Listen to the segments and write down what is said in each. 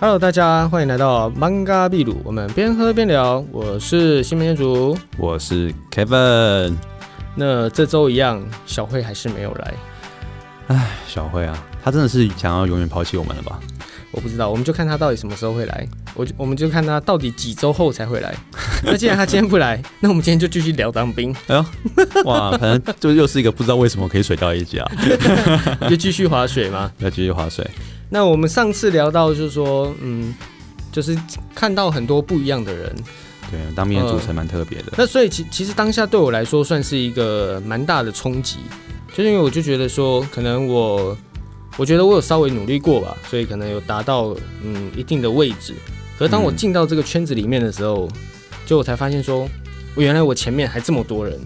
Hello，大家欢迎来到 Manga 秘鲁，我们边喝边聊。我是新门彦竹。我是 Kevin，那这周一样，小慧还是没有来，小慧啊，他真的是想要永远抛弃我们 了吧？我不知道，我们就看她到底什么时候会来。我就我们就看她到底几周后才会来。那既然她今天不来，那我们今天就继续聊当兵，哎呦，哇，反正就又是一个不知道为什么可以水到一起啊，就继续划水嘛。要继续划水。那我们上次聊到就是说，嗯，就是看到很多不一样的人。对，当兵的组成蛮特别的。那所以其其实当下对我来说算是一个蛮大的冲击，就是因为我就觉得说，可能我我觉得我有稍微努力过吧，所以可能有达到嗯一定的位置。可是当我嗯进到这个圈子里面的时候，就我才发现说，我原来我前面还这么多人，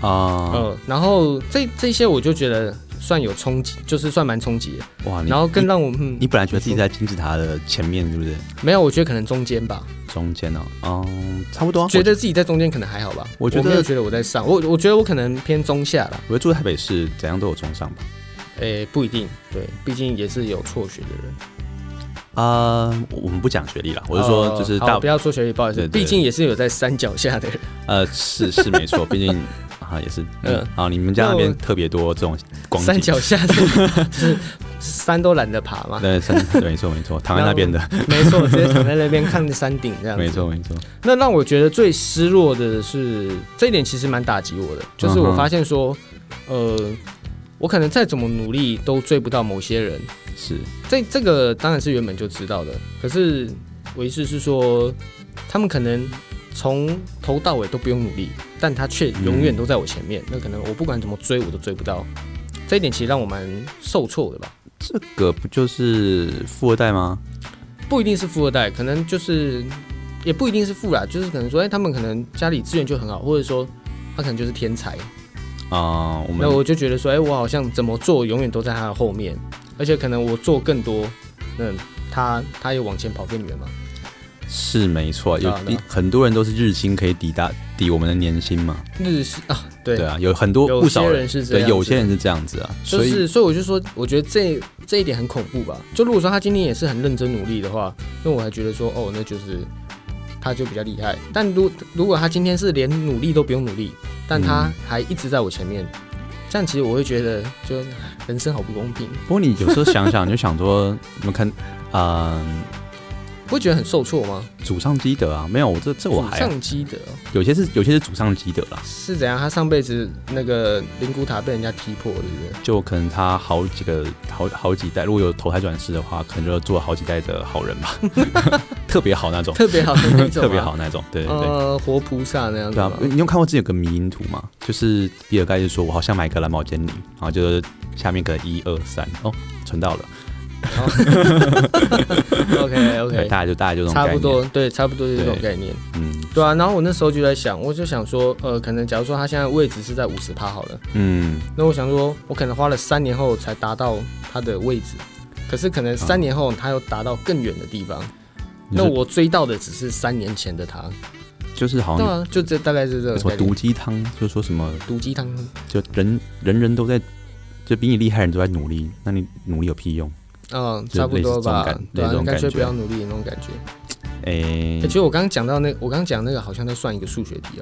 啊、呃，然后这这些我就觉得算有冲击，就是算蛮冲击的。哇，你然后更让我嗯你你本来觉得自己在金字塔的前面是不是？没有，我觉得可能中间吧，中间哦，嗯，差不多、啊。觉得自己在中间可能还好吧。我觉得没有觉得我在上，我我觉得我可能偏中下啦。我觉得住台北市，怎样都有中上吧。诶、不一定，对，毕竟也是有辍学的人。啊、我我们不讲学历啦，我是说呃就是好大、不要说学历，不好意思，对对毕竟也是有在山脚下的人。呃是是 没错，毕竟啊也是嗯嗯啊你们家那那我边特别多这种光山景。脚下 的人就是山都懒得爬嘛，对，山对，没错没错，躺在那边的，没错，直接躺在那边看着山顶这样没子。错没错。那让我觉得最失落的是，这一点其实蛮打击我的，就是我嗯哼发现说，呃，我可能再怎么努力都追不到某些人。是，这这个当然是原本就知道的，可是我意思是说，他们可能从头到尾都不用努力，但他却永远都在我前面。嗯那可能我不管怎么追，我都追不到。这一点其实让我蛮受挫的吧。这个不就是富二代吗？不一定是富二代，可能就是也不一定是富啦，就是可能说，哎、他们可能家里资源就很好，或者说他可能就是天才。啊、我那们我就觉得说，哎、我好像怎么做永远都在他的后面，而且可能我做更多，那他他也往前跑更远嘛。是没错，对有啊对一啊很多人都是日薪可以抵达抵我们的年薪嘛，日式啊，对对啊，有很多有不些少人是这对，样，有些，人是这样子啊，就所以、是所以我就说，我觉得这这一点很恐怖吧。就如果说他今天也是很认真努力的话，那我还觉得说，哦，那就是他就比较厉害。但如如果他今天是连努力都不用努力，但他嗯还一直在我前面，这样其实我会觉得，就人生好不公平，不过你有时候想想，你就想说， 你们看，嗯、不会觉得很受挫吗？祖上积德啊，没有，我这这我祖还好上积德哦有些是有些是祖上积德啦，是怎样？他上辈子那个灵骨塔被人家踢破，对不对？就可能他好几个好好几代，如果有投胎转世的话，可能就要做好几代的好人吧， 特别好那种，特别好的啊那种、 特别，好那种，对对对。呃，活菩萨那样子对啊吗，？你有看过之前有个迷因图吗？就是比尔盖茨说：“我好想买一个蓝宝坚尼。”然后就是下面可能一二三哦，存到了。 OK 对， OK，大概就大概就这种差概不念。多，对，差不多就是这种对概念。嗯对啊，然后我那时候就在想，我就想说，呃，可能假如说他现在位置是在五十趴好了，嗯，那我想说，我可能花了三年后才达到他的位置，可是可能三年后他又达到更远的地方，你那说我追到的只是三年前的他。就是好对像啊，就这大概是这有个什么概念毒鸡汤，就说什么毒鸡汤。就人人人都在，就比你厉害的人都在努力，那你努力有屁用？嗯，就差不类似多这种吧感，对啊类似这，种干脆感觉嗯不要努力的那种感觉。诶、欸其实我刚刚讲到那，我刚刚讲那个好像在算一个数学题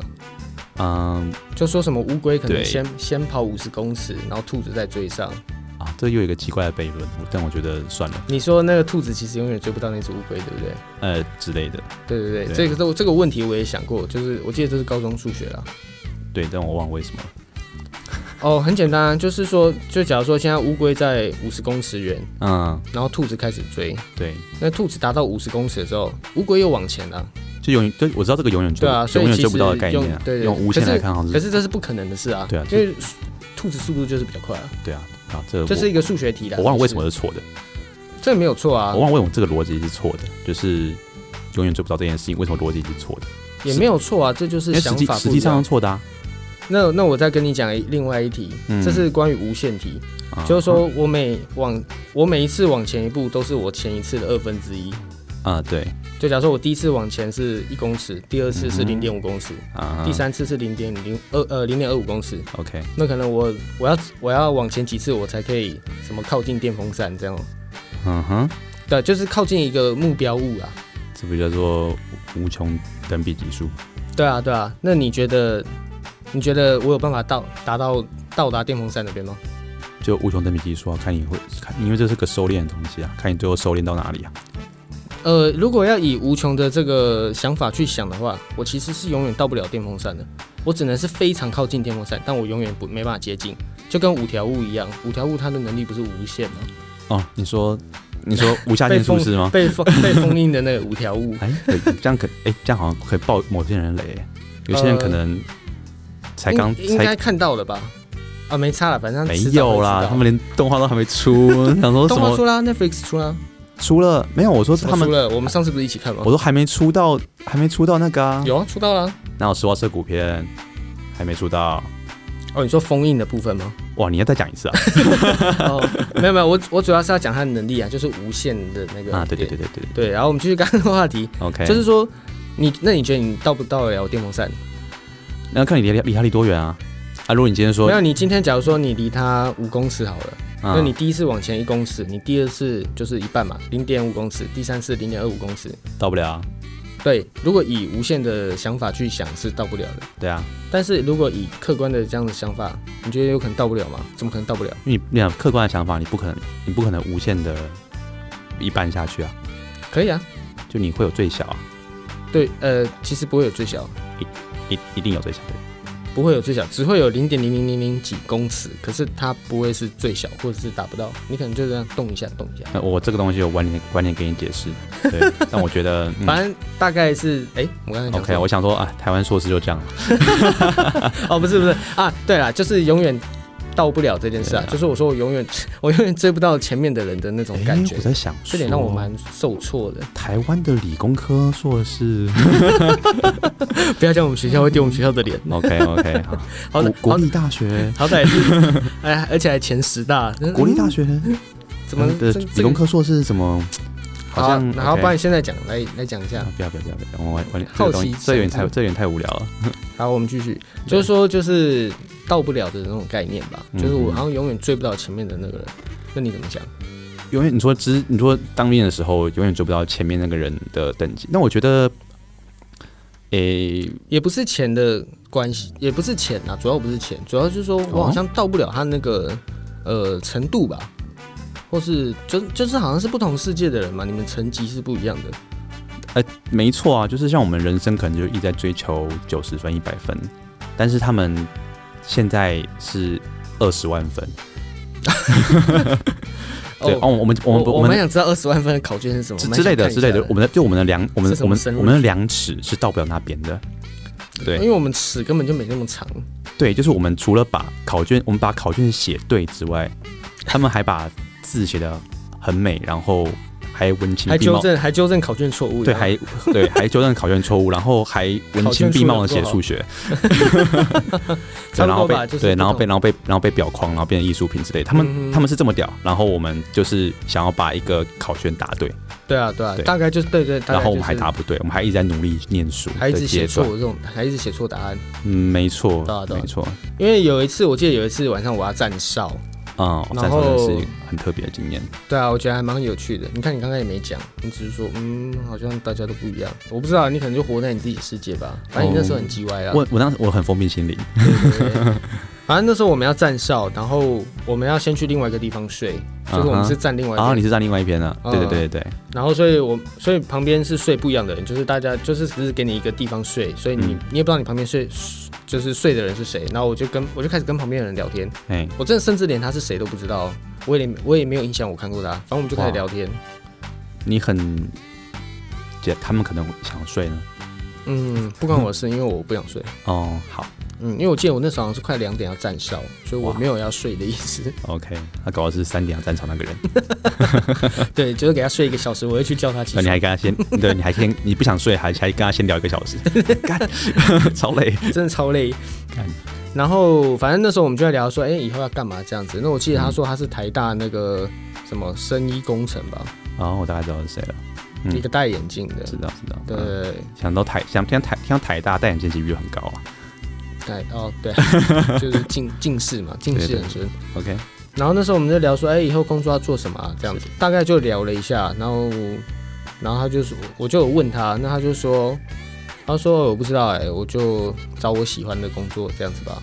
哦，嗯就说什么乌龟可能对先先跑五十公尺，然后兔子再追上。啊，这又有一个奇怪的悖论，我但我觉得算了，你说那个兔子其实永远追不到那只乌龟，对不对？呃之类的。对对对，对这个都这个问题我也想过，就是我记得这是高中数学啦。对，但我忘了为什么了。哦，很简单啊，就是说，就假如说现在乌龟在五十公尺远，嗯，然后兔子开始追，对，那兔子达到五十公尺的时候，乌龟又往前了、啊就永远，对我知道这个永远追，对啊所以永远其追不到的实概用念啊，对对用无限可是来看好像可是是这是不可能的事啊。对啊因为兔子速度就是比较快啊，对啊啊，这个这我是一个数学题啦。我忘了为什其么实，是错的，这没有错啊我，忘了为什么这个逻辑是错的，就是永远追不到这件事情，为什么逻辑是错的？也没有错啊，这就因是为想实际法实不际一上样是。错的啊，那那我再跟你讲一另外一题，嗯这是关于无限题，啊就是说我每往我每一次往前一步都是我前一次的二分之一。啊，对就假如说我第一次往前是一公尺，第二次是零点五公尺，嗯啊，第三次是零点零二呃零点二五公尺， OK，那可能我我要我要往前几次我才可以什么靠近电风扇这样，嗯哼，对，啊就是靠近一个目标物啊啦。这不叫做无穷等比级数。对啊，对啊。那你觉得，你觉得我有办法到达到到达电风扇那边吗？就无穷等比级数啊，看你会看，因为这是个收敛的东西啊，看你最后收敛到哪里啊。呃，如果要以无穷的这个想法去想的话，我其实是永远到不了电风扇的，我只能是非常靠近电风扇，但我永远不没办法接近，就跟五条悟一样，五条悟它的能力不是无限吗？哦，你说 你说无下被限数封是吗？被封被封印的那个五条悟，哎，可以这样可哎、这样好像可以爆某些人雷欸，有些人可能 才应刚应才该看到了吧？啊，没差了，反正没迟早会有知啦，道他们连动画都还没 出，想说什动画么？出啦，Netflix 出啦，除了没有，我说什他么出们，了？我们上次不是一起看吗我？都还没出到，还没出到那个啊，有啊，出到啦。哪有十万色骨片还没出到？哦，你说封印的部分吗？ 哇，你要再讲一次啊？哦，没有没有，我我主要是要讲他的能力啊，就是无限的那个啊，对对对点对对 对。然后我们继续刚刚的话题，对，OK，就是说你那你觉得你到不到得了电风扇？那看你离离他离多远啊？啊，如果你今天说没，有，你今天假如说你离它五公尺好了，啊那你第一次往前一公尺，你第二次就是一半嘛，零点五公尺，第三次零点二五公尺。到不了啊，对，如果以无限的想法去想是到不了的，对啊，但是如果以客观的这样的想法，你觉得有可能到不了吗？怎么可能到不了？因为你你想客观的想法，你不可能，你不可能无限的一半下去啊，可以啊，就你会有最小啊，对，呃，其实不会有最小，一一定有最小的。不会有最小，只会有零点零零零零几公尺，可是它不会是最小，或者是达不到，你可能就这样动一下动一下，那我这个东西有观念观念给你解释， 对，但我觉得，嗯、反正大概是，哎、我刚才讲 OK，什么我想说啊，台湾硕士就这样了，哦，不是不是啊，对啦，就是永远到不了这件事啊，对啊就是我说我永远 我永远追不到前面的人的那种感觉诶我，在想说，这点让我蛮受挫的。台湾的理工科硕士不要讲我们学校会丢我们学校的脸， ，OK OK，好， 好国的国好的立大学，好歹也是， 哎，而且还前十大，国立嗯大学呃嗯怎么的这理工科硕士怎么这个好好像，然后 OK 不然现在讲来来讲一下啊。不要不要不要不要，我玩玩这好个东西奇，嗯这有点想太这有点太无聊了。好，我们继续，对就是说，就是到不了的那种概念吧，嗯就是我好像永远追不到前面的那个人，那你怎么想？永远你说知，你说当面的时候，永远追不到前面那个人的等级。那我觉得，诶、也不是钱的关系，也不是钱啊，主要不是钱，主要就是说哦我好像到不了他那个呃程度吧，或是就就是好像是不同世界的人嘛，你们层级是不一样的，没错啊，就是像我们人生可能就一直在追求九十分、一百分，但是他们现在是二十万分。对，哦，我们我我们我我蛮们想知道二十万分的考卷是什么之蛮之类的想看一之下类的，我们的就我们的量，我们是什我么嗯们深入我们的量尺是到不了那边的。对因为我们尺根本就没那么长，对，就是我们除了把考卷，我们把考卷写对之外，他们还把字写的很美，然后还文情还并纠茂，正还纠正考卷错误，啊对，然后还对还纠正考卷错误，然后还文情并茂的写 数学，对，差然后不多被吧，就是对，然后被不然后被然后被裱框，然后变成艺术品之类。他们、嗯哼他们是这么屌，然后我们就是想要把一个考卷答对，同对啊对啊，对大概就是对对，大概然后我们就是还答不对，我们还一直在努力念书还的一直阶写错段。这种，还一直写错答案。嗯，没错对啊，对啊没错，因为有一次，我记得有一次晚上我要站哨，嗯，然战场真后的是很特别的经验。对啊，我觉得还蛮有趣的。你看你刚刚也没讲，你只是说嗯，好像大家都不一样。我不知道，你可能就活在你自己的世界吧。反正你那时候很叽歪啊。哦我我当时我很封闭心灵，对对对反正那时候我们要站哨，然后我们要先去另外一个地方睡，就是我嗯们哼是站另外一然边。后你是站另外一边的，嗯对对对对对，然后所以我所以旁边是睡不一样的人，就是大家就是只是给你一个地方睡，所以你、嗯你也不知道你旁边睡就是睡的人是谁。然后我就跟我就开始跟旁边的人聊天，哎，我真的甚至连他是谁都不知道，我也我也没有影响我看过他，反正我们就开始聊天。你很，姐，他们可能想睡呢。嗯，不关我的事，因为我不想睡。哦，好嗯，因为我记得我那时候好像是快两点要站哨，所以我哇没有要睡的意思。 ，OK，他搞的是三点要站场那个人，对，就是给他睡一个小时，我会去叫他起那你床。还跟 他先，对，你还先，你不想睡，还还跟他先聊一个小时，干， 超累。真的超累干。然后反正那时候我们就在聊说，哎、以后要干嘛这样子。那我记得嗯他说他是台大那个什么生医工程吧，然哦后我大概知道是谁了，嗯一个戴眼镜的。知道知道。对嗯，想到台，想听到台，听到台大戴眼镜几率很高啊。 戴哦对，就是近近视嘛，近视很深。 OK，然后那时候我们就聊说，哎、以后工作要做什么、啊、这样子，大概就聊了一下，然后，然后他就说，我就有问他，那他就说，他说我不知道、哎，我就找我喜欢的工作这样子吧。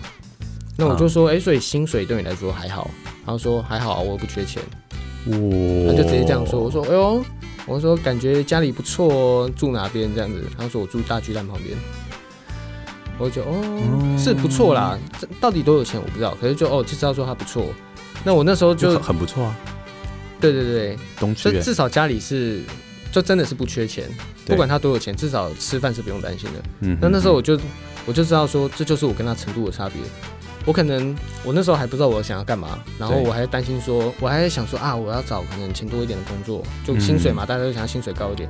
那我就说，哎、所以薪水对你来说还好？他说还好啊，我不缺钱。我哦他就直接这样说，我说，哎呦，我说感觉家里不错哦，住哪边这样子？他说我住大巨蛋旁边。我就哦，是不错啦，这到底多有钱我不知道，可是就哦就知道说他不错。那我那时候就就很不错啊，对对对，东区这耶至少家里是，就真的是不缺钱，对不管他多有钱，至少吃饭是不用担心的。嗯哼那那时候我就我就知道说，这就是我跟他程度的差别。我可能我那时候还不知道我想要干嘛，然后对我还担心说，我还在想说啊，我要找可能钱多一点的工作，就嗯薪水嘛，大家都想要薪水高一点。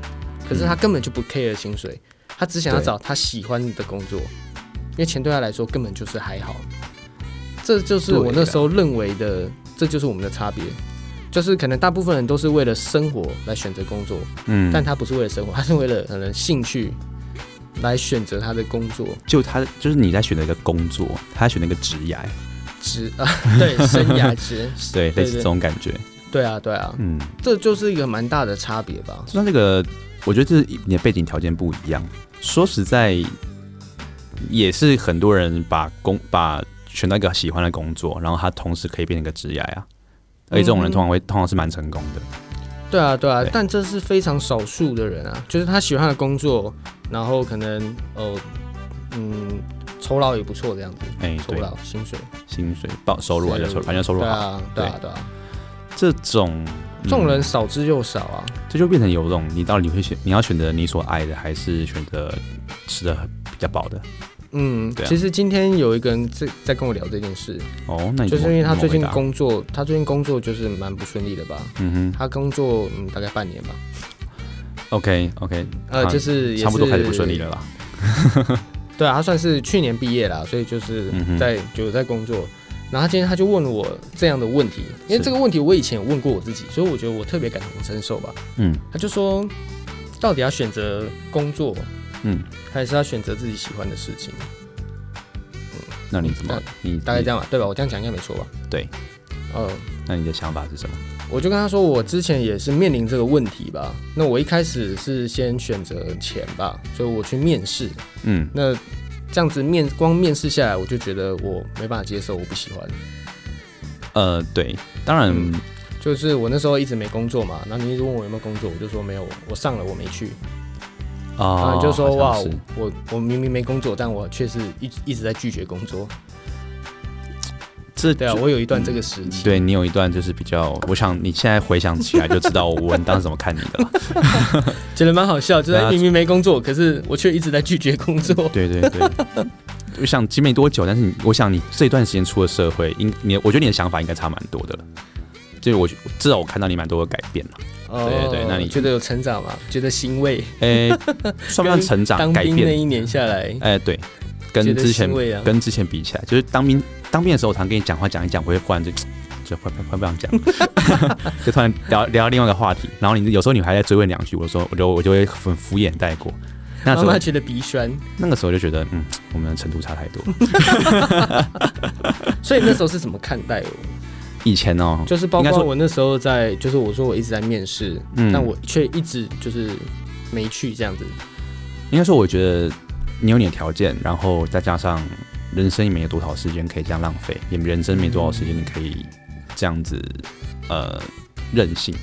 可是他根本就不 care 薪水，他只想要对找他喜欢的工作，因为钱对他来说根本就是还好。这就是我那时候认为的，这就是我们的差别，就是可能大部分人都是为了生活来选择工作，嗯，但他不是为了生活， 他是为了可能兴趣来选择他的工作就他就是你在选择一个工作，他在选择一个职业，职 啊， 对，生涯职，对，类对似这种感觉，对啊，对啊，嗯，这就是一个蛮大的差别吧。就像这个，我觉得这是你的背景条件不一样。说实在，也是很多人把工把选到一个喜欢的工作，然后他同时可以变成一个职业啊。而且这种人嗯通常会、通常是蛮成功的，对啊，对啊对，但这是非常少数的人啊，就是他喜欢的工作，然后可能呃，嗯，酬劳也不错这样子，哎、酬对，劳薪水，薪水报收入啊，是叫收入，反正收入对好，啊，对啊，对啊，这种这种人嗯少之又少啊。这就变成有种你到底会选你要选择你所爱的，还是选择吃的比较饱的？嗯，对啊其实今天有一个人在在跟我聊这件事，哦，那你就怎是么因为他最近，你怎么回答工作，他最近工作就是蛮不顺利的吧。嗯他工作嗯大概半年吧，哼，OK OK，呃，啊就是也是差不多开始不顺利了啦。对啊，他算是去年毕业啦，所以就是嗯哼在、就有在工作。然后他今天他就问我这样的问题，因为是这个问题我以前有问过我自己，所以我觉得我特别感同身受吧。嗯他就说，到底要选择工作，嗯，还是要选择自己喜欢的事情？那你怎么你大概你这样吧，对吧？我这样讲应该没错吧？嗯对，呃，那你的想法是什么？我就跟他说，我之前也是面临这个问题吧。那我一开始是先选择钱吧，所以我去面试，嗯，那这样子面光面试下来，我就觉得我没办法接受，我不喜欢。呃，对，当然，嗯就是我那时候一直没工作嘛，然后你一直问我有没有工作，我就说没有，我上了我没去。然啊、后你就说哇好像是，我我明明没工作，但我却是一直一直在拒绝工作。这对啊，就我有一段这个时期。对你有一段就是比较，我想你现在回想起来就知道我当时怎么看你的了。觉得蛮好笑，就是对啊明明没工作，可是我却一直在拒绝工作。对对对，我 想其实没多久，但是你我想你这段时间出了社会，应你我觉得你的想法应该差蛮多的了。就是我至少我看到你蛮多的改变了，哦对对那你觉得有成长吗？觉得欣慰？诶、算不算成长当改兵那变？一年下来，哎、对，跟觉得之前欣慰啊跟之前比起来，就是当兵当兵的时候，我常跟你讲话讲一讲，我会忽然就就忽然忽然不想讲了， 就突然聊聊到另外一个话题，然后你有时候你还在追问两句，我说我就我就会很敷衍带过。那妈时候妈觉得鼻酸，那个时候就觉得，嗯，我们的程度差太多。所以那时候是怎么看待我？以前 哦，就是包应该括说我那时候在，就是我说我一直在面试，嗯但我却一直就是没去这样子。应该说我觉得你有你的条件，然后再加上人生也没有多少时间可以这样浪费，也人生没多少时间你可以这样子呃任性，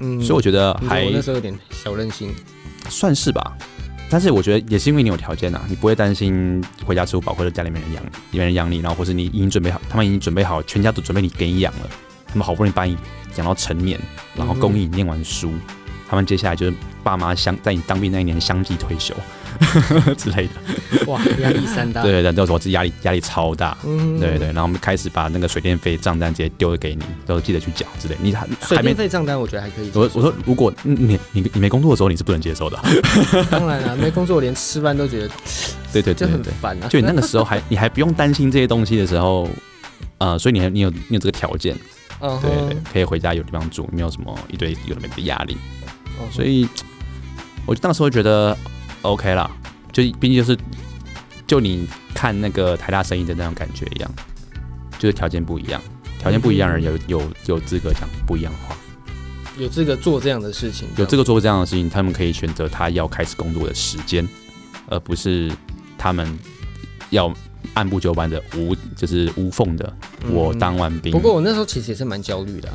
嗯，所以我觉得你觉得还我那时候有点小任性，算是吧。但是我觉得也是因为你有条件啊，你不会担心回家吃不饱，或者家里没人养，没人养你，然后或是你已经准备好，他们已经准备好，全家都准备你给你养了，他们好不容易把你养到成年，然后供应你念完书，他们接下来就是爸妈相在你当兵那一年相继退休之类的，哇，压力山大。 对，对对，那时候是压力压力超大，嗯对对对，然后我们开始把那个水电费账单直接丢给你，都记得去缴之类，你还水还电没。费账单我觉得还可以接受。我我说，如果嗯你你你没工作的时候，你是不能接受 的啊、当然啊，没工作连吃饭都觉得对 对就对对很对。烦啊。就你那个时候还你还不用担心这些东西的时候，呃，所以你还你有你有这个条件，嗯对哼对对，可以回家有地方住，没有什么一堆有的没的压力，嗯哼所以我当时会觉得 OK 啦，就毕竟就是就你看那个台大生意的那种感觉一样，就是条件不一样，条件不一样的人嗯有有有资格讲不一样的话，有资格做这样的事情，有这资个格做这样的事情，他们可以选择他要开始工作的时间，而不是他们要按部就班的无就是无缝的。我当完兵，嗯不过我那时候其实也是蛮焦虑的啊、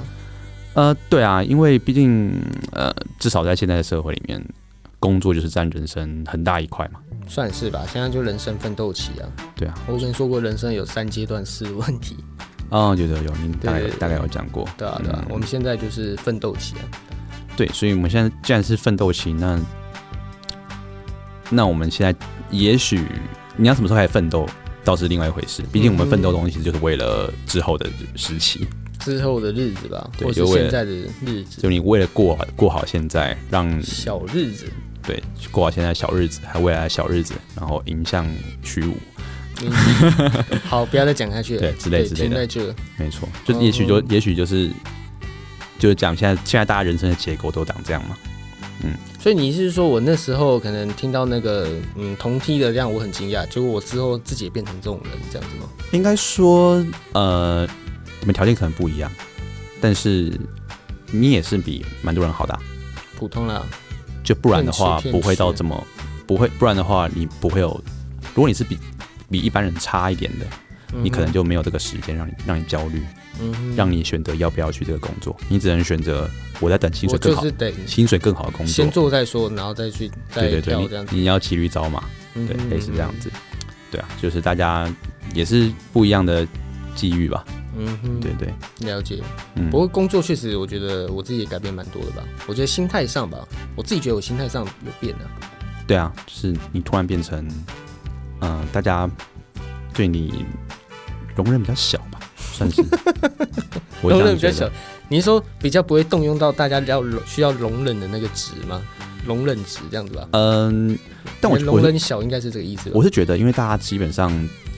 呃，对啊，因为毕竟呃，至少在现在的社会里面，工作就是占人生很大一块嘛。算是吧。现在就人生奋斗期啊，对啊，我跟你说过，人生有三阶段式问题，嗯，有的有，您大概对对对大概有讲过。对啊对啊，嗯我们现在就是奋斗期啊，对，所以我们现在既然是奋斗期，那那我们现在也许你要什么时候开始奋斗，倒是另外一回事。毕竟我们奋斗的东西其实就是为了之后的时期，之后的日子吧，对或就是为了现在的日子，就你为了过好过好现在，让小日 子，对过好现在小日子，还有未来的小日子，然后迎向虚无，嗯好，不要再讲下去了，对之类之类停的在这了，没错，就也许就、嗯也许就是就是讲现在现在大家人生的结构都长这样嘛。所以你是说我那时候可能听到那个嗯同梯的这样，我很惊讶，结果我之后自己也变成这种人这样子吗？应该说，呃，你们条件可能不一样，但是你也是比蛮多人好的啊、普通啦，就不然的骗吃话骗吃不会到这么不会，不然的话你不会有，如果你是比比一般人差一点的，嗯你可能哼就没有这个时间让你让你焦虑，嗯哼让你选择要不要去这个工作，你只能选择我在等薪我水更就好是，得薪水更好的工作先。做再说，然后再去对再对对，跳这样子，你你要骑驴找马，嗯对，哼类似这样，子。对啊，就是大家也是不一样的际遇吧。嗯哼，对对，了解。嗯不，过工作确实，我觉得我自己也改变蛮多的吧。我觉得心态上吧，我自己觉得我心态上有变啊。对啊，就是你突然变成，嗯、大家对你容忍比较小吧，算是。我这容样忍比较觉小得，，你是说比较不会动用到大家要容需要容忍的那个值吗？容忍值这样子吧。嗯，但我你的我容是忍小应该是这个意思吧我？是觉得，因为大家基本上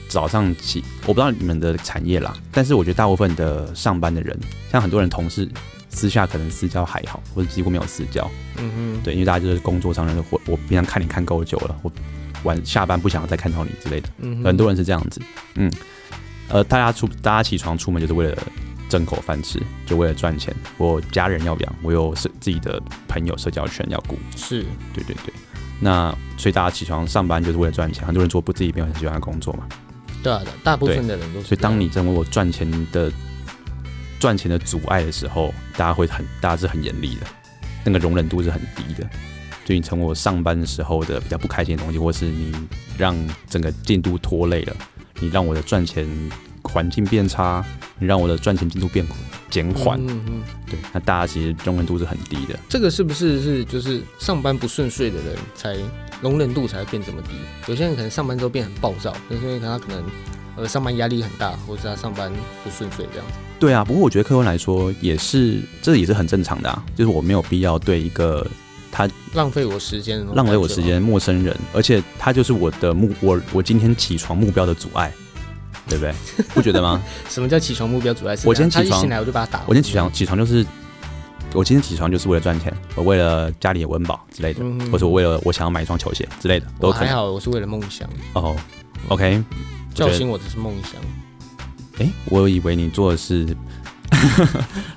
早上起，我不知道你们的产业啦，但是我觉得大部分的上班的人，像很多人同事私下可能私交还好，或者几乎没有私交，嗯哼，对，因为大家就是工作上的，我我平常看你看够久了，我晚下班不想要再看到你之类的，嗯哼，很多人是这样子，嗯，呃，大家出大家起床出门就是为了挣口饭吃，就为了赚钱，我有家人要养，我有社自己的朋友社交圈要顾，是对对对，那所以大家起床上班就是为了赚钱，很多人做不自己没有很喜欢的工作嘛，对啊，大部分的人都是这样。所以当你成为我赚钱的赚钱的阻碍的时候，大家会很大家是很严厉的，那个容忍度是很低的。就你成为我上班的时候的比较不开心的东西，或是你让整个进度拖累了，你让我的赚钱环境变差，你让我的赚钱进度变减缓，嗯嗯，对，那大家其实容忍度是很低的。这个是不是是就是上班不顺遂的人才容忍度才会变这么低？有些人可能上班之后变很暴躁，但是因为他可能呃上班压力很大，或者是他上班不顺遂这样子。对啊，不过我觉得客观来说也是，这也是很正常的啊，就是我没有必要对一个浪费我时间的那种感浪觉吗，费我时间，陌生人，而且他就是我的目，我我今天起床目标的阻碍，对不对？不觉得吗？什么叫起床目标阻碍？是我今天这样他起床一醒来我就把他打了。我今天起床起床就是，我今天起床就是为了赚钱，我为了家里有温饱之类的，嗯哼，或者我为了我想要买一双球鞋之类的，都我可还能。好，我是为了梦想，哦，OK，我觉叫得醒我的是梦想。哎，我以为你做的是，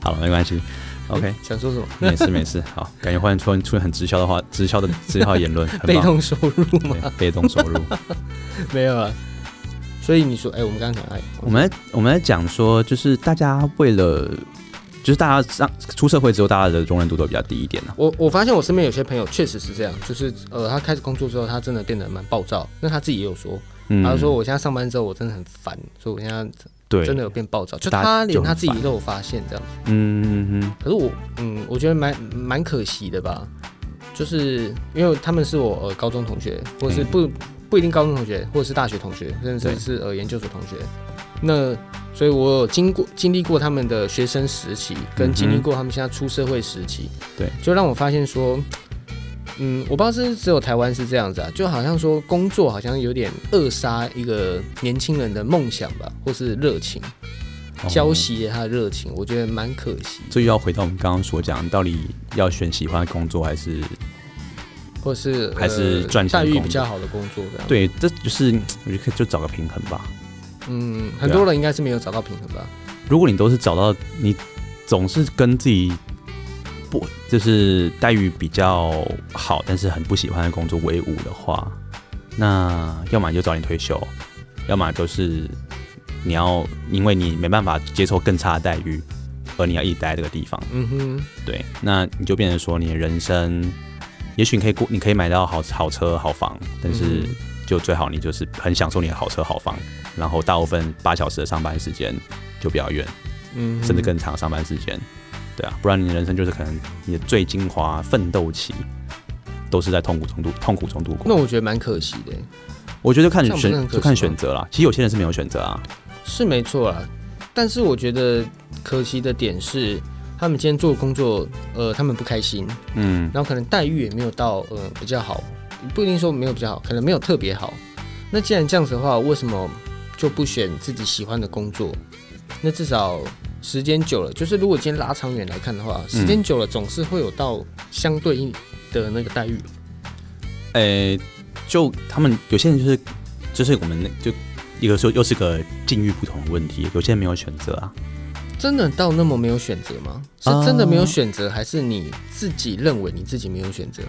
好了，没关系，OK，想说什么？没事没事，好，感觉忽然突然出现很直销的话，直销的直销的言论，很 棒被动收入吗？对被动收入。没有啊。所以你说，哎、我们刚刚讲，哎，我们在我们在讲说，就是大家为了，就是大家上出社会之后，大家的容忍度都比较低一点啊呢、我我发现我身边有些朋友确实是这样，就是呃，他开始工作之后，他真的变得蛮暴躁。那他自己也有说，嗯，他就说我现在上班之后我真的很烦，所以我现在对，真的有变暴躁。就大家他就连很他自己烦都有发现这样。嗯，嗯嗯可是我嗯，我觉得蛮蛮可惜的吧，就是因为他们是我呃高中同学，或是嗯不、不一定高中同学，或者是大学同学，甚对至是呃研究所同学。那所以，我有经过经历过他们的学生时期，嗯跟哼经历过他们现在出社会时期，对，就让我发现说，嗯，我不知道是不是只有台湾是这样子啊，就好像说工作好像有点扼杀一个年轻人的梦想吧，或是热情，哦浇熄了他的热情，我觉得蛮可惜。这又要回到我们刚刚所讲，到底要选喜欢的工作还是或是还是赚钱呃、待的遇工比较好的工作这样。，对？这就是我觉得可以就找个平衡吧。啊嗯，很多人应该是没有找到平衡吧。如果你都是找到你总是跟自己不就是待遇比较好，但是很不喜欢的工作为伍的话，那要么你就早点退休，要么就是你要因为你没办法接受更差的待遇，而你要一直待在这个地方。嗯哼，对，那你就变成说你的人生，也许你可以过，你可以买到好好车好房，但是嗯就最好你就是很享受你的好车好房，然后大部分八小时的上班时间就比较远，嗯哼，甚至更长的上班时间，对啊，不然你的人生就是可能你的最精华奋斗期。都是在痛苦中度痛苦中度过。那我觉得蛮可惜的，欸我觉得就看这样不是很选可惜就看吗选择啦。其实有些人是没有选择啊，是没错啦。但是我觉得可惜的点是，他们今天做的工作，呃，他们不开心，嗯，然后可能待遇也没有到呃比较好，不一定说没有比较好，可能没有特别好。那既然这样子的话，为什么就不选自己喜欢的工作？那至少时间久了，就是如果今天拉长远来看的话，嗯时间久了总是会有到相对应的那个待遇。诶、就他们有些人就是就是我们那就一个说又是个境遇不同的问题，有些人没有选择啊。真的到那么没有选择吗？是啊真的没有选择，还是你自己认为你自己没有选择？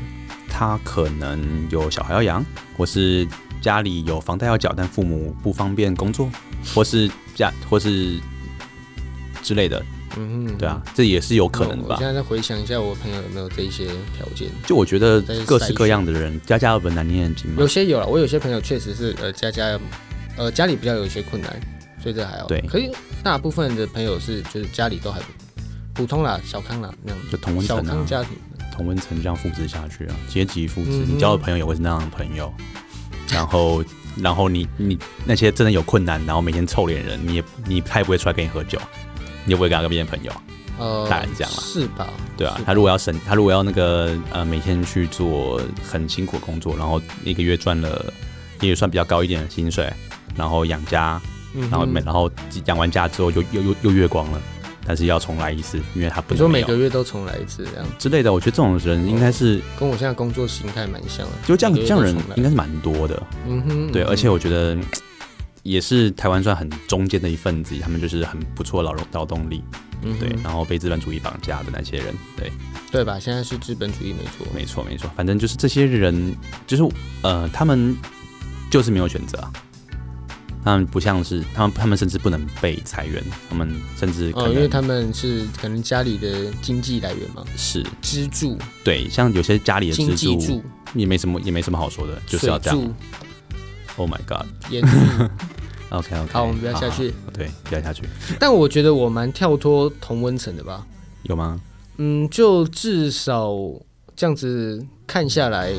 他可能有小孩要养，或是家里有房贷要缴，但父母不方便工作，或是家或是之类的，嗯哼，对啊，这也是有可能我的我吧现。在再回想一下，我朋友有没有这一些条件？就我觉得在各筛式各样的人，家家有本难念的经嘛有。些有了，我有些朋友确实是呃家家呃家里比较有一些困难，所以这还好。对可是大部分的朋友是就是家里都还普通啦，小康啦那样，就同温层小啊康家庭。同温层这样复制下去啊，阶级复制，嗯哼你交的朋友也会是那样的朋友，然后，然后你你那些真的有困难，然后每天臭脸人，你也你他也不会出来跟你喝酒，你也不会跟他跟别人朋友，呃，大概是这样啦是吧？对啊是，他如果要省，他如果要那个呃每天去做很辛苦的工作，然后一个月赚了也算比较高一点的薪水，然后养家，嗯哼然后每、然后养完家之后又又又又月光了，但是要重来一次，因为他不你说能每有个月都重来一次这样，之类的，我觉得这种人应该是。跟我现在工作形态蛮像的。就这样，每这个月都样人重来应该是蛮多的。嗯哼，对，嗯哼而且我觉得嗯也是台湾算很中间的一份子，他们就是很不错的劳动劳动力，嗯哼对，然后被资本主义绑架的那些人，对，对吧？现在是资本主义没错。没错没错，反正就是这些人，就是呃，他们就是没有选择啊、他们不像是他们，他们甚至不能被裁员，他们甚至可哦，因为能他们是可能家里的经济来源嘛，是、支柱、对，像有些家里的经支济柱柱、也没什么也没什么好说的，就是要水这样。柱、 Oh my god，OK 盐柱。 OK，好我们不要下去对，不要下去，但我觉得我蛮跳脱同温层的吧。有吗？嗯，就至少这样子看下来，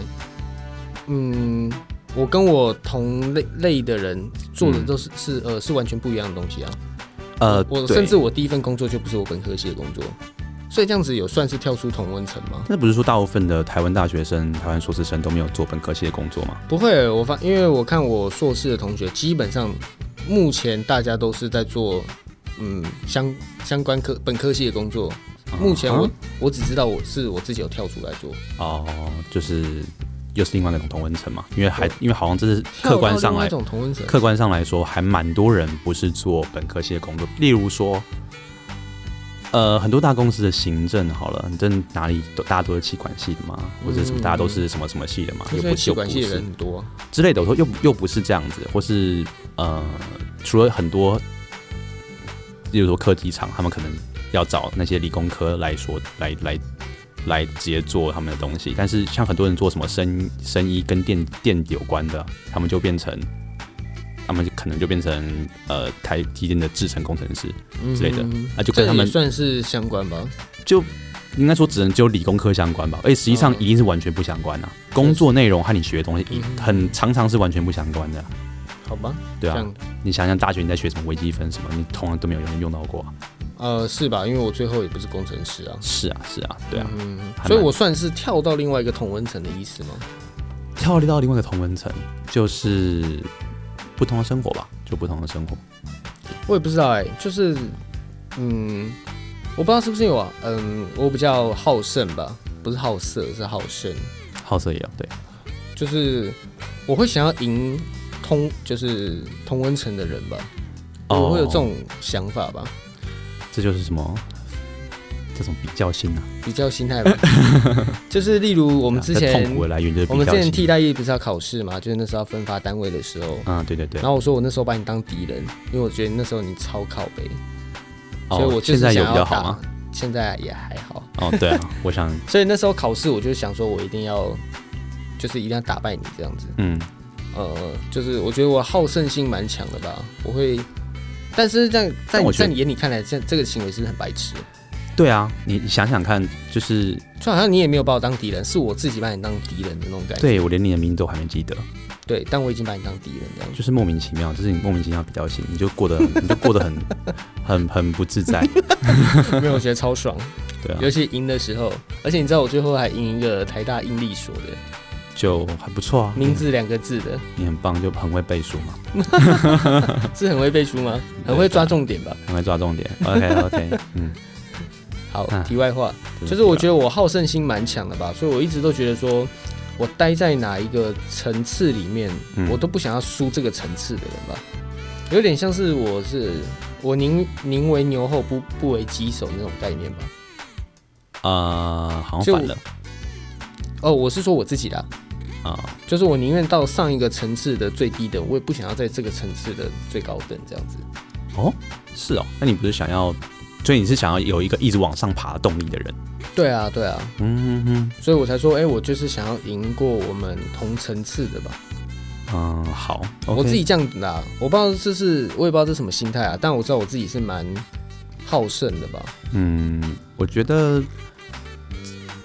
嗯，我跟我同类类的人做的嗯都是、是呃是完全不一样的东西啊。呃，我对甚至我第一份工作就不是我本科系的工作，所以这样子有算是跳出同温层吗？那不是说大部分的台湾大学生、台湾硕士生都没有做本科系的工作吗？不会，我发因为我看我硕士的同学，基本上目前大家都是在做嗯相相关科本科系的工作。目前我、啊我只知道我是我自己有跳出来做。哦，就是又是另外一种同温层嘛，因为还因为好像这是客观上一来种同温层，客观上来说，还蛮多人不是做本科系的工作，例如说。呃，很多大公司的行政好了，你这哪里都大家都是气管系的嘛，或者什么嗯大家都是什么什么系的嘛，就又是不气是管系又的不人是很多。之类的。我说又不又不是这样子，或是呃，除了很多，例如说科技厂，他们可能要找那些理工科来说来来来直接做他们的东西，但是像很多人做什么生生医跟电电有关的，他们就变成。他们就可能就变成呃台积电的制程工程师，之类的嗯啊就跟他这也们算是相关吧。应该说只能只有理工科相关吧，而且实际上嗯一定是完全不相关啊。工作内容和你学的东西一嗯很常常是完全不相关的啊，好吧，对这啊。样你想想大学你在学什么微积分什么，你从来都没有人用到过、啊。呃是吧？因为我最后也不是工程师啊，是啊，是啊，对啊，嗯，还蛮所以我算是跳到另外一个同温层的意思吗？嗯跳离到另外一个同温层，就是不同的生活吧，就不同的生活。我也不知道哎、就是嗯，我不知道是不是因为我嗯我比较好胜吧，不是好色是好胜，好色也有对，就是我会想要赢哦通就是同温层的人吧，我会有这种想法吧。这就是什么这种比较心啊，比较心态吧。 就是例如我我们之痛前苦的来源就是我比们之较前替心。代役不是要考试嘛，就是那时候要分发单位的时候，嗯，对对对然。后我说我那时候把你当敌人，因为我觉得那时候你超靠背，所以我就哦现是在想有比要较好打吗？。现在也还好，哦，对 啊，我想，所以那时候考试我就想说我一定要，就是一定要打败你这样子。嗯，呃，就是我觉得我好胜心蛮强的吧，我会。但是在在但你我觉在得你眼里看来，这这个行为是不是很白痴的？对啊，你你想想看，就是就好像你也没有把我当敌人，是我自己把你当敌人的那种感觉。对我连你的名字都还没记得，对，但我已经把你当敌人这样子。就是莫名其妙，就是你莫名其妙比较心，你就过得很你就过得很 很很不自在， 没有，我觉得超爽，对啊，尤其赢的时候。而且你知道我最后还赢一个台大应力所的就还不错啊。名字两个字 的，你很棒，就很会背书嘛，是很会背书吗？很会抓重点吧。很会抓重 点。OK OK，嗯，好啊，题外话，就是我觉得我好胜心蛮强的吧，所以我一直都觉得说，我待在哪一个层次里面，嗯我都不想要输这个层次的人吧，有点像是我是我宁宁为牛后不不为鸡首那种概念吧。呃，好就像反了哦，我是说我自己啦，啊、就是我宁愿到上一个层次的最低等，我也不想要在这个层次的最高等这样子。是哦，那你不是想要，所以你是想要有一个一直往上爬的动力的人，对啊，对啊，嗯哼所以我才说，哎、我就是想要赢过我们同层次的吧。哼，嗯，好我 OK 自己这样子啦，我不知道这是我也不知道这是什么心态啊，但我知道我自己是蛮好胜的吧。嗯，我觉得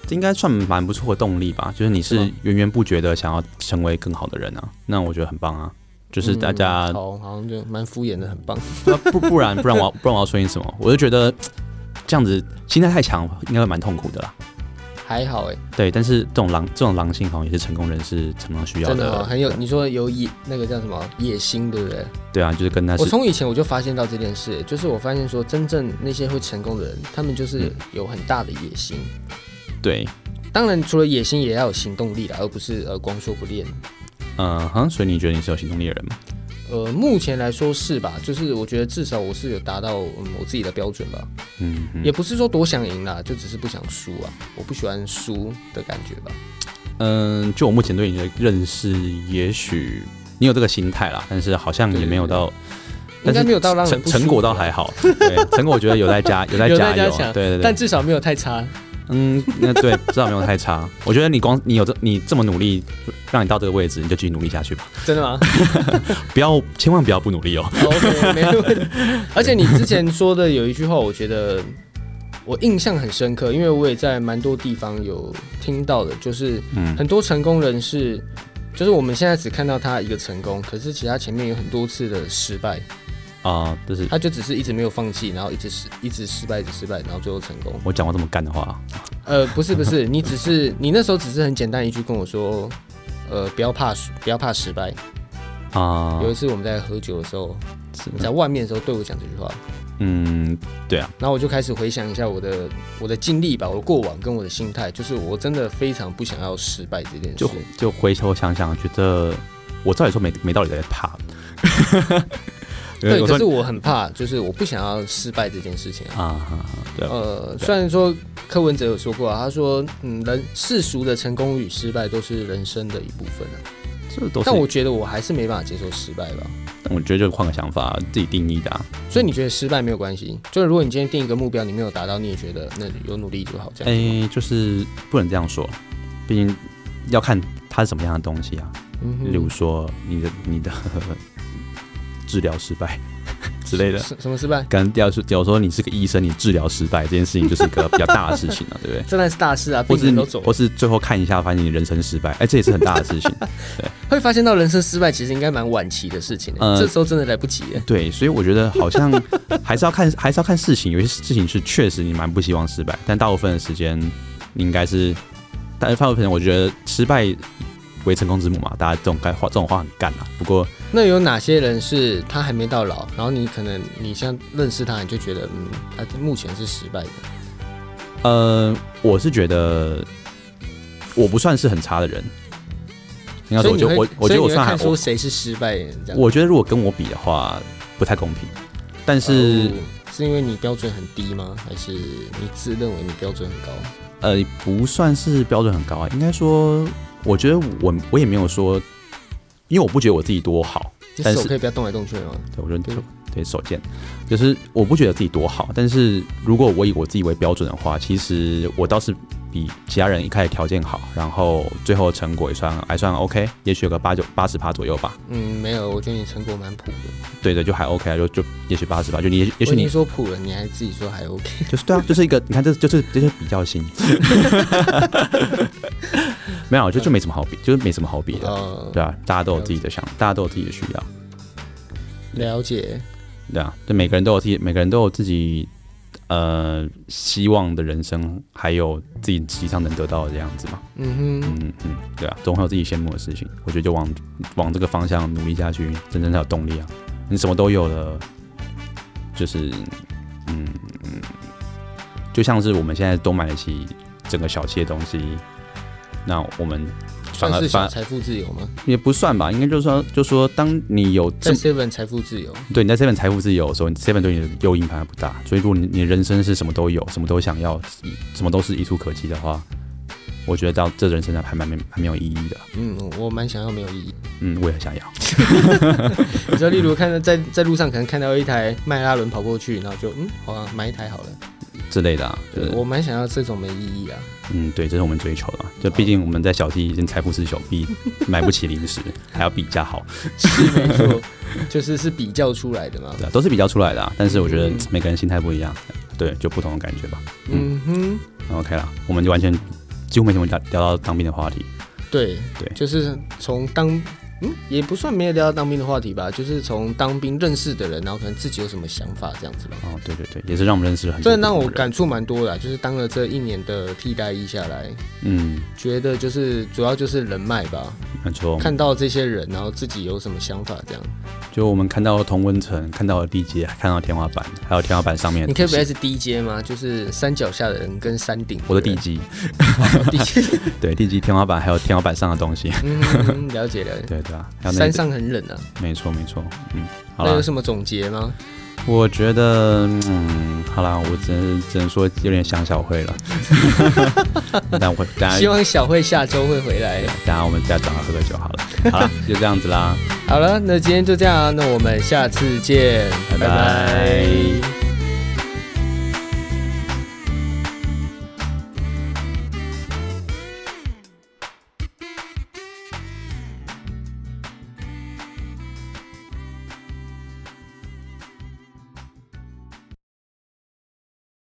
这应该算蛮不错的动力吧，就是你是是吗源源不绝的想要成为更好的人啊，那我觉得很棒啊。就是大家、嗯好，好像就蛮敷衍的，很棒。不不然不然我要不然我要说你什么？我就觉得这样子心态太强，应该会蛮痛苦的啦。还好哎、对，但是这种狼这种狼性好像也是成功人士常常需要真的、的。哦、很有，你说有野那个叫什么野心，对不对？对啊，就是跟他我是从以前我就发现到这件事、欸就是我发现说，真正那些会成功的人，他们就是嗯有很大的野心。对，当然，除了野心，也要有行动力啦，而不是呃光说不练。嗯哼，所以你觉得你是有行动力的人吗？呃，目前来说是吧？就是我觉得至少我是有达到嗯我自己的标准吧。嗯哼，也不是说多想赢啦，就只是不想输啊，我不喜欢输的感觉吧。嗯，就我目前对你的认识，也许你有这个心态啦，但是好像也没有到，应但该是没有到让人成不舒服啊成果倒还好，对，成果我觉得有待加有待有加待加油强啊，对对但对，至少没有太 差。嗯，那对，至少没有太差。我觉得你光你有这你这么努力，让你到这个位置，你就继续努力下去吧，真的吗不要千万不要不努力哦。 哦？OK，没问题。而且你之前说的有一句话，我觉得我印象很深刻，因为我也在蛮多地方有听到的，就是嗯很多成功人士，就是我们现在只看到他一个成功，可是其实他前面有很多次的失败，啊，这是他就只是一直没有放弃，然后一直失，一直失败，一直失败，然后最后成功。我讲话这么干的话，呃，不是不是，你只是你那时候只是很简单一句跟我说，呃，不要怕输，不要怕失败。啊，有一次我们在喝酒的时候，是你在外面的时候对我讲这句话，嗯，对啊，然后我就开始回想一下我的我的经历吧，我的过往跟我的心态，就是我真的非常不想要失败这件事就。就回头想想，觉得我照理说没没道理在怕。 对，我可说是我很怕，就是我不想要失败这件事情啊。啊，对啊，呃，虽然说柯文哲有说过啊，他说，嗯，人世俗的成功与失败都是人生的一部分啊，这都是。但我觉得我还是没办法接受失败吧。但我觉得就换个想法，自己定义的、啊。所以你觉得失败没有关系？就是如果你今天定一个目标，你没有达到，你也觉得那有努力就好，这哎、样子吗。就是不能这样说，毕竟要看它是什么样的东西啊。嗯哼例如说你的你的治疗失 败之类的。什什么失败？可能要是假如说你是个医生，你治疗失败这件事情就是一个比较大的事情了、啊，对不对？这然是大事啊，或病是人你都走或了，是最后看一下，发现你人生失败，哎、这也是很大的事情。 会发现到人生失败其实应该蛮晚期的事情、呃这时候真的来不及耶。对，所以我觉得好 像还是要看，还是要看事情。有些事情是确实你蛮不希望失败，但大部分的时间你应该是，但大部分我觉得失败为成功之母嘛，大家这种该话这种话很干啦。不过那有哪些人是他还没到老，然后你可能你像认识他，你就觉得嗯，他目前是失败的。呃，我是觉得我不算是很差的人，应该所以说我你觉会，得我我所觉得以我你会算还看啊出我谁是失败的人这样。我觉得如果跟我比的话不太公平，但是哦是因为你标准很低吗？还是你自认为你标准很高？呃，不算是标准很高啊，应该说，我觉得我我也没有说，因为我不觉得我自己多好，你但手是可以不要动来动去的吗？对我觉对得对手贱，就是我不觉得自己多好，但是如果我以我自己为标准的话，其实我倒是比其他人一开始条件好，然后最后成果也算还算 OK，也许有个八九八十趴左右吧，嗯，没有，我觉得你成果蛮普的。对对，就还 OK 啊，就就也许八十趴，就你也也我许已你经说普了，你还自己说还 OK。就是对啊，就是一个，你看这就是这就是比较心， 没有，就就没什么好比，就是没什么好比的，呃，对啊，大家都有自己的想，大家都有自己的需要，了解。对啊，就每个人都有自己，每个人都有自己呃希望的人生，还有自己实际上能得到的这样子嘛，嗯哼，嗯嗯，对啊，总会有自己羡慕的事情，我觉得就往往这个方向努力下啊去，真正才有动力啊，你什么都有了，就是嗯嗯，就像是我们现在都买得起整个小七的东西，那我们反算而是小反而财富自由吗？也不算吧，应该就是说，就说当你有这在么 Seven 财富自由，对，你在 Seven 财富自由的时候你，Seven 对你的诱因反而不大。所以，如果你你的人生是什么都有，什么都想要，什么都是一触可及的话，我觉得到这人生还蛮没还没有意义的。嗯，我蛮想要没有意义。嗯，我也很想要。嗯你知道，例如看到在在路上可能看到一台迈拉伦跑过去，然后就嗯，好啊，买一台好了。之类的、啊。就是我蛮想要这种没意义 啊。嗯，对，这是我们追求的、啊。就毕竟我们在小弟已经财富自由， 比买不起零食，还要比价好，是没错，就是是比较出来的嘛。对、啊，都是比较出来的、啊。但是我觉得嗯每个人心态不一样，对，就不同的感觉吧。嗯哼，那 OK 啦，我们就完全几乎没什么聊聊到当兵的话题。对对就是从当嗯也不算没有聊到当兵的话题吧，就是从当兵认识的人，然后可能自己有什么想法这样子吧。哦，对对对，也是让我们认识了很多。这让我，感触蛮多的啊、就是当了这一年的替代役下来，嗯，觉得就是主要就是人脉吧，没错。看到这些人，然后自己有什么想法这样。就我们看到同温层，看到地基，看到天花板，还有天花板上面的你可东以西。不要是低阶吗？就是山脚下的人跟山顶人，我的地基， 低阶，对地基、天花板，还有天花板上的 东西。嗯，嗯了解 了解。对对啊，还有那山个，上很冷啊，没错没错，嗯，好那了有，什么总结吗？我觉得，嗯，好啦，我只能只能说有点想小慧 了。但我等下希望小慧下周会回来。等下我们再找她喝个酒好了。好了，就这样子啦，好了，那今天就这样啊，那我们下次见，拜拜拜拜